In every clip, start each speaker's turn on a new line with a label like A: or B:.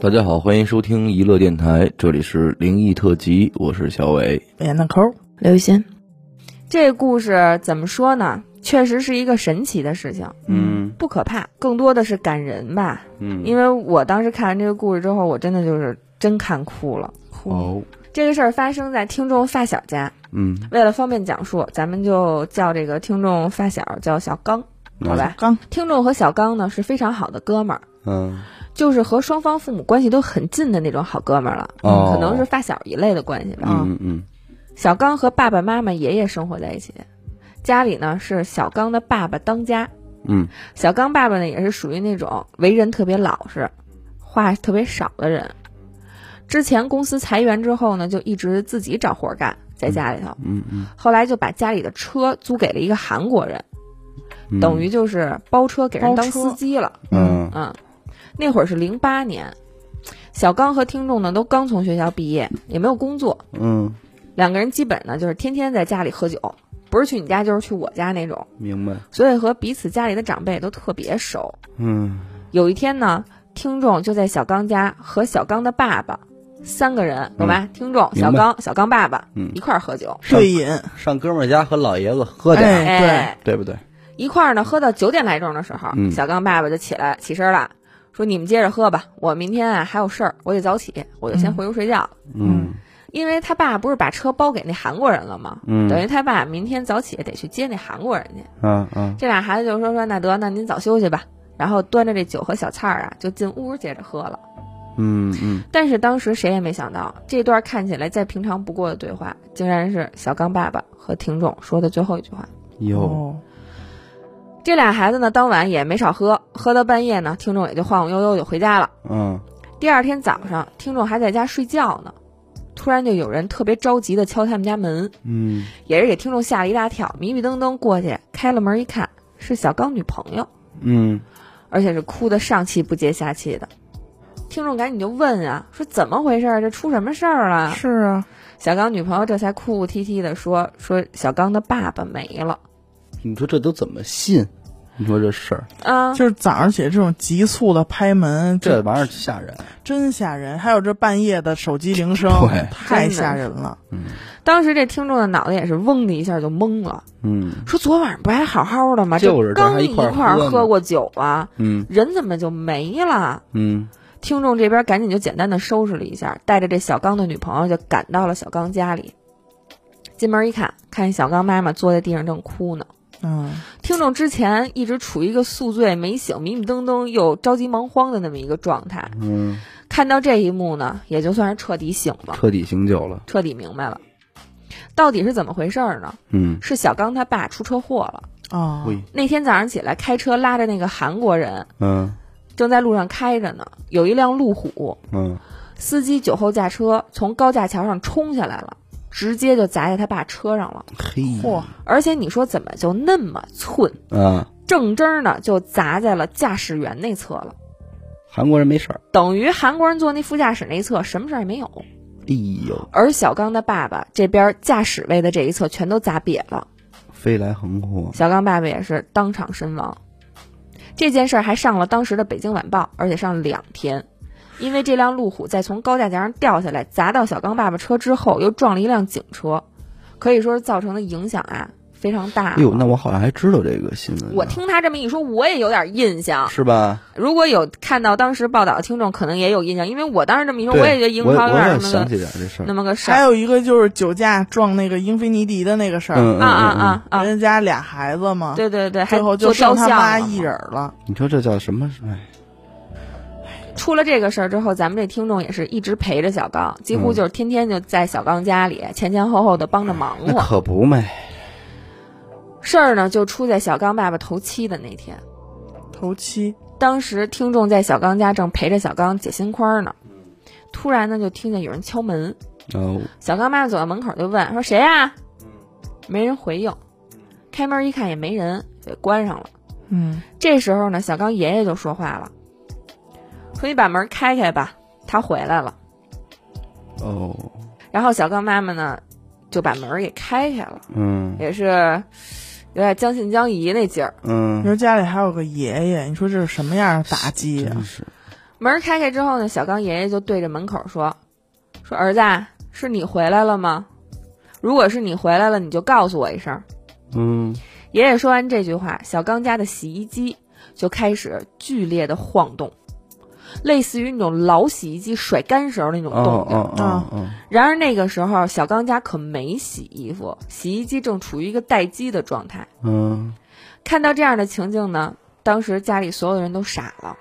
A: 大家好，欢迎收听娱乐电台，这里是灵异特辑，我是小伟。
B: 演的抠儿，
C: 刘雨欣，
D: 这故事怎么说呢？确实是一个神奇的事情，
A: 嗯
D: 不可怕，更多的是感人吧。
A: 嗯
D: 因为我当时看完这个故事之后，我真的就是真看哭了。
A: 哦，
D: 这个事儿发生在听众发小家，
A: 嗯，
D: 为了方便讲述，咱们就叫这个听众发小叫小刚，好吧？
B: 刚
D: 听众和小刚呢是非常好的哥们儿，
A: 嗯，
D: 就是和双方父母关系都很近的那种好哥们儿了，嗯
A: 哦，
D: 可能是发小一类的关系吧。
A: 嗯嗯
D: 小刚和爸爸妈妈、爷爷生活在一起，家里呢是小刚的爸爸当家，
A: 嗯
D: 小刚爸爸呢，也是属于那种为人特别老实、话特别少的人。之前公司裁员之后呢，就一直自己找活干，在家里头。
A: 嗯嗯
D: 后来就把家里的车租给了一个韩国人，
A: 嗯，
D: 等于就是包车给人当司机了。
A: 嗯
D: 嗯，那会儿是零八年，小刚和听众呢都刚从学校毕业，也没有工作，
A: 嗯，
D: 两个人基本呢就是天天在家里喝酒，不是去你家就是去我家那种，
A: 明白。
D: 所以和彼此家里的长辈都特别熟。
A: 嗯
D: 有一天呢，听众就在小刚家和小刚的爸爸三个人，懂吧？听众、
A: 明白
D: 小刚、小刚爸爸、
A: 嗯
D: 一块儿喝酒，
B: 对饮，
A: 上哥们儿家和老爷子喝点儿，
B: 哎对
D: 哎，
A: 对不对？
D: 一块儿呢喝到九点来钟的时候，
A: 嗯
D: 小刚爸爸就起来起身了，说：“你们接着喝吧，我明天啊还有事儿，我得早起，我就先回屋睡觉。
A: 嗯
D: 因为他爸不是把车包给那韩国人了吗？
A: 嗯，
D: 等于他爸明天早起得去接那韩国人去。
A: 嗯嗯
D: 这俩孩子就说说那得，那您早休息吧。然后端着这酒和小菜儿啊，就进屋接着喝了。
A: 嗯嗯
D: 但是当时谁也没想到，这段看起来再平常不过的对话，竟然是小刚爸爸和听众说的最后一句话。
A: 嗯，哟，
B: 哦
D: 这俩孩子呢，当晚也没少喝，喝到半夜呢，听众也就晃晃悠悠就回家了。
A: 嗯
D: 第二天早上，听众还在家睡觉呢，突然就有人特别着急的敲他们家门，
A: 嗯，
D: 也是给听众吓了一大跳，迷迷瞪瞪过去，开了门一看，是小刚女朋友，
A: 嗯
D: 而且是哭得上气不接下气的。听众赶紧就问啊，说怎么回事儿？这出什么事儿了？
B: 是啊，
D: 小刚女朋友这才哭哭啼啼的说说小刚的爸爸没了
A: 你说这都怎么信？你说这事儿，
D: 啊，
B: 就是早上起来这种急促的拍门，
A: 这玩意儿吓人。
B: 真吓人。还有这半夜的手机铃声
A: 对，
B: 太
D: 真的
B: 吓人了。
D: 当时这听众的脑袋也是嗡的一下就懵了，
A: 嗯
D: 说昨晚不还好好的吗？
A: 就是这
D: 这
A: 还
D: 刚
A: 一
D: 一
A: 块儿
D: 块儿
A: 喝呢
D: 喝过酒啊，
A: 嗯
D: 人怎么就没了？
A: 嗯
D: 听众这边赶紧就简单的收拾了一下，带着这小刚的女朋友就赶到了小刚家里。进门一看，看见小刚妈妈坐在地上正哭呢。
B: 嗯，
D: 听众之前一直处于一个宿醉没醒、迷迷瞪瞪又着急忙慌的那么一个状态，
A: 嗯，
D: 看到这一幕呢，也就算是彻底醒了，
A: 彻底醒酒了。
D: 彻底明白了，到底是怎么回事儿呢？
A: 嗯，
D: 是小刚他爸出车祸了。
B: 哦，
A: 喂，
D: 那天早上起来，开车拉着那个韩国人，
A: 嗯
D: 正在路上开着呢，有一辆路虎，
A: 嗯，
D: 司机酒后驾车从高架桥上冲下来了，直接就砸在他爸车上了。
A: 嘿，
B: 嚯，
D: 而且你说怎么就那么寸，
A: 啊，
D: 正真儿呢就砸在了驾驶员那侧了，
A: 韩国人没事儿。
D: 等于韩国人坐那副驾驶那一侧什么事儿也没有。
A: 哎呦，
D: 而小刚的爸爸这边驾驶位的这一侧全都砸瘪了，
A: 飞来横祸。
D: 小刚爸爸也是当场身亡。这件事儿还上了当时的《北京晚报》，而且上了两天。因为这辆路虎在从高架桥上掉下来，砸到小刚爸爸车之后，又撞了一辆警车，可以说是造成的影响啊非常大
A: 哎。呦，那我好像还知道这个新闻呢。
D: 我听他这么一说，我也有点印象。
A: 是吧？
D: 如果有看到当时报道的听众，可能也有印象，因为我当时这么一说，
A: 对
D: 我也觉得樱
A: 我
D: 桃
A: 我
D: 有点
A: 也
D: 那么
A: 想
D: 个
A: 起点这事儿。
D: 那么个事
B: 还
D: 儿
B: 有一个就是酒驾撞那个英菲尼迪的那个事儿，
A: 嗯
D: 啊啊啊啊！
B: 人家俩孩子嘛，
D: 对对对，还
B: 嗯最后就
D: 做
B: 剩
D: 雕
B: 他
D: 像
B: 妈
D: 了
B: 一人儿了
D: 啊
A: 嗯。你说这叫什么？哎，
D: 出了这个事儿之后，咱们这听众也是一直陪着小刚，几
A: 嗯
D: 乎就是天天就在小刚家里、前前后后的帮着忙
A: 那
D: 活。
A: 可不呗。
D: 事儿呢就出在小刚爸爸头七的那天，
B: 头七，
D: 当时听众在小刚家正陪着小刚解心宽呢，突然呢就听见有人敲门，
A: 哦，
D: 小刚妈妈走到门口就问说谁呀、没人回应，开门一看也没人，给关上了。
B: 嗯，
D: 这时候呢，小刚爷爷就说话了，说你把门开开吧，他回来了。
A: 哦，
D: 然后小刚妈妈呢，就把门儿给开开了，
A: 嗯
D: 也是有点将信将疑那劲儿。啊
B: 你
A: 嗯，
B: 说家里还有个爷爷，你说这是什么样的打击呀啊
A: 真？是。
D: 门开开之后呢，小刚爷爷就对着门口说：“说儿子啊，是你回来了吗？如果是你回来了，你就告诉我一声。
C: 嗯，”
D: 爷爷说完这句话，小刚家的洗衣机就开始剧烈的晃动，类似于那种老洗衣机甩干时候那种
C: 哦
D: 动静。
C: 哦哦哦，
D: 然而那个时候，小刚家可没洗衣服，洗衣机正处于一个待机的状态。
A: 哦
C: 嗯
D: 看到这样的情境呢，当时家里所有的人都傻了。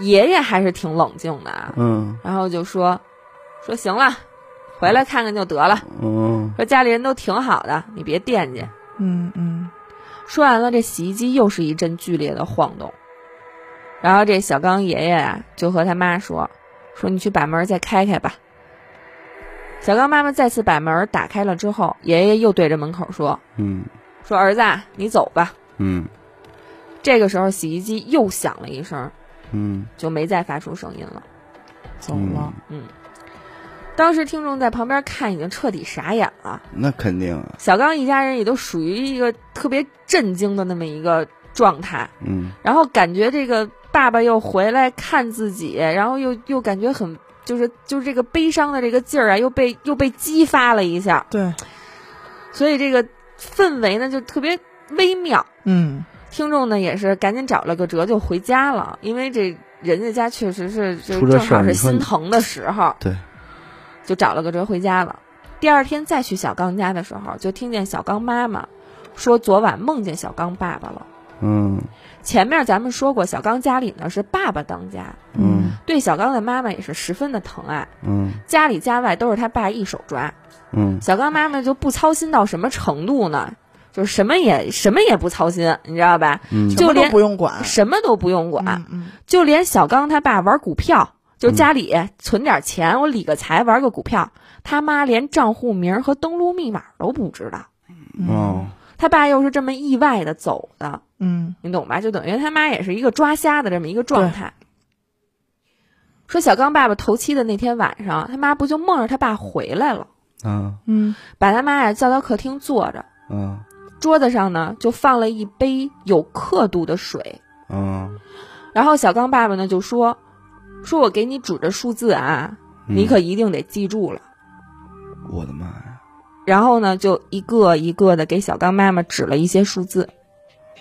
D: 爷爷还是挺冷静的
A: 哦
D: 啊，
C: 嗯
D: 然后就说说行了，回来看看就得了。
C: 嗯
D: 说家里人都挺好的，你别惦记。
B: 嗯嗯，
D: 说完了，这洗衣机又是一阵剧烈的晃动。然后这小刚爷爷啊，就和他妈说：“说你去把门再开开吧。”小刚妈妈再次把门打开了之后，爷爷又对着门口说
C: 嗯：“
D: 说儿子啊，你走吧。”
C: 嗯
D: 这个时候，洗衣机又响了一声，
C: 嗯
D: 就没再发出声音了。
B: 嗯走了。
D: 当时听众在旁边看，已经彻底傻眼了。
C: 那肯定啊，
D: 小刚一家人也都属于一个特别震惊的那么一个状态，
C: 嗯
D: 然后感觉这个爸爸又回来看自己，然后又又感觉很就是就是这个悲伤的这个劲儿啊，又被又被激发了一下，
B: 对，
D: 所以这个氛围呢就特别微妙。
B: 嗯，
D: 听众呢也是赶紧找了个辙就回家了，因为这人家家确实是就
C: 出了
D: 正
C: 事儿
D: 好是
C: 你说
D: 心
C: 你
D: 疼的时候，
C: 对，
D: 就找了个辙回家了。第二天再去小刚家的时候，就听见小刚妈妈说昨晚梦见小刚爸爸了。
C: 嗯
D: 前面咱们说过，小刚家里呢是爸爸当家，
C: 嗯
D: 对小刚的妈妈也是十分的疼爱，
C: 嗯
D: 家里家外都是他爸一手抓。
C: 嗯
D: 小刚妈妈就不操心到什么程度呢？就是什么也什么也不操心，你知道吧？
C: 嗯，
D: 就
B: 什么
D: 连啊
B: 都不用管，
D: 什么都不用管，
B: 嗯嗯
D: 就连小刚他爸玩股票，就家里存点钱，我理个财，玩个股票，他妈连账户名和登录密码都不知道。
B: 嗯
C: 哦，
D: 他爸又是这么意外的走的，
B: 嗯
D: 你懂吧？就等于他妈也是一个抓瞎的这么一个状态。说小刚爸爸头七的那天晚上，他妈不就梦着他爸回来了，
C: 啊
B: 嗯
D: 把他妈呀叫到客厅坐着，
C: 啊
D: 桌子上呢就放了一杯有刻度的水，
C: 啊，
D: 然后小刚爸爸呢就说：“说我给你指着数字啊，
A: 嗯
D: 你可一定得记住了。
C: 我的妈呀
D: 然后呢，就一个一个的给小刚妈妈指了一些数字，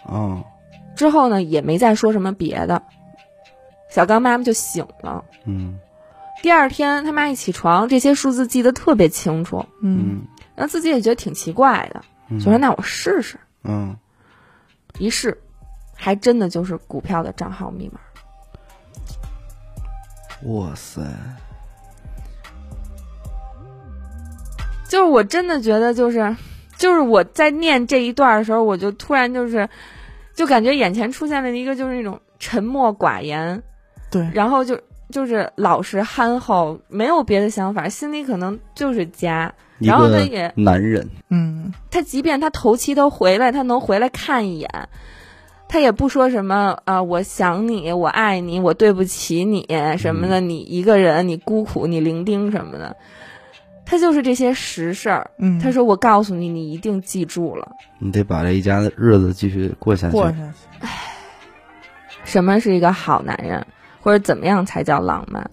A: 哦
C: 啊
D: 之后呢也没再说什么别的。小刚妈妈就醒了。
C: 嗯
D: 第二天他妈一起床，这些数字记得特别清楚，
B: 嗯
C: 嗯
D: 然后自己也觉得挺奇怪的，
C: 嗯，
D: 就说那我试试。
C: 嗯
D: 一试，还真的就是股票的账号密码。
C: 哇塞
D: 就是我真的觉得就是，就是我在念这一段的时候，我就突然就是，就感觉眼前出现了一个就是那种沉默寡言，
B: 对，嗯
D: 然后就就是老实憨厚，没有别的想法，心里可能就是家。
C: 一
D: 然后他
C: 个
D: 也
C: 男人，
B: 嗯
D: 他即便他头七都回来，他能回来看一眼，他也不说什么啊、我想你，我爱你，我对不起你什么的，你一个人，你孤苦，你伶仃什么的。他就是这些实事儿。
B: 嗯，
D: 他说：“我告诉你，你一定记住了，
C: 你得把这一家的日子继续过
A: 嗯
C: 下去。
B: 过下去，
D: 什么是一个好男人，或者怎么样才叫浪漫。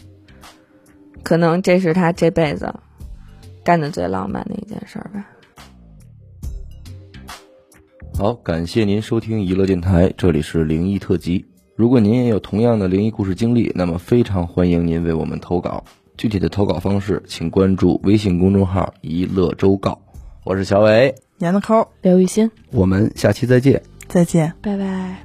D: 可能这是他这辈子干的最浪漫的一件事儿吧。
A: 好，感谢您收听娱乐电台，这里是灵异特辑。如果您也有同样的灵异故事经历，那么非常欢迎您为我们投稿。具体的投稿方式，请关注微信公众号“一乐周告”。我是小伟，
B: 严的抠，
D: 刘雨欣，
C: 我们下期再见。
B: 再见。
D: 拜拜。”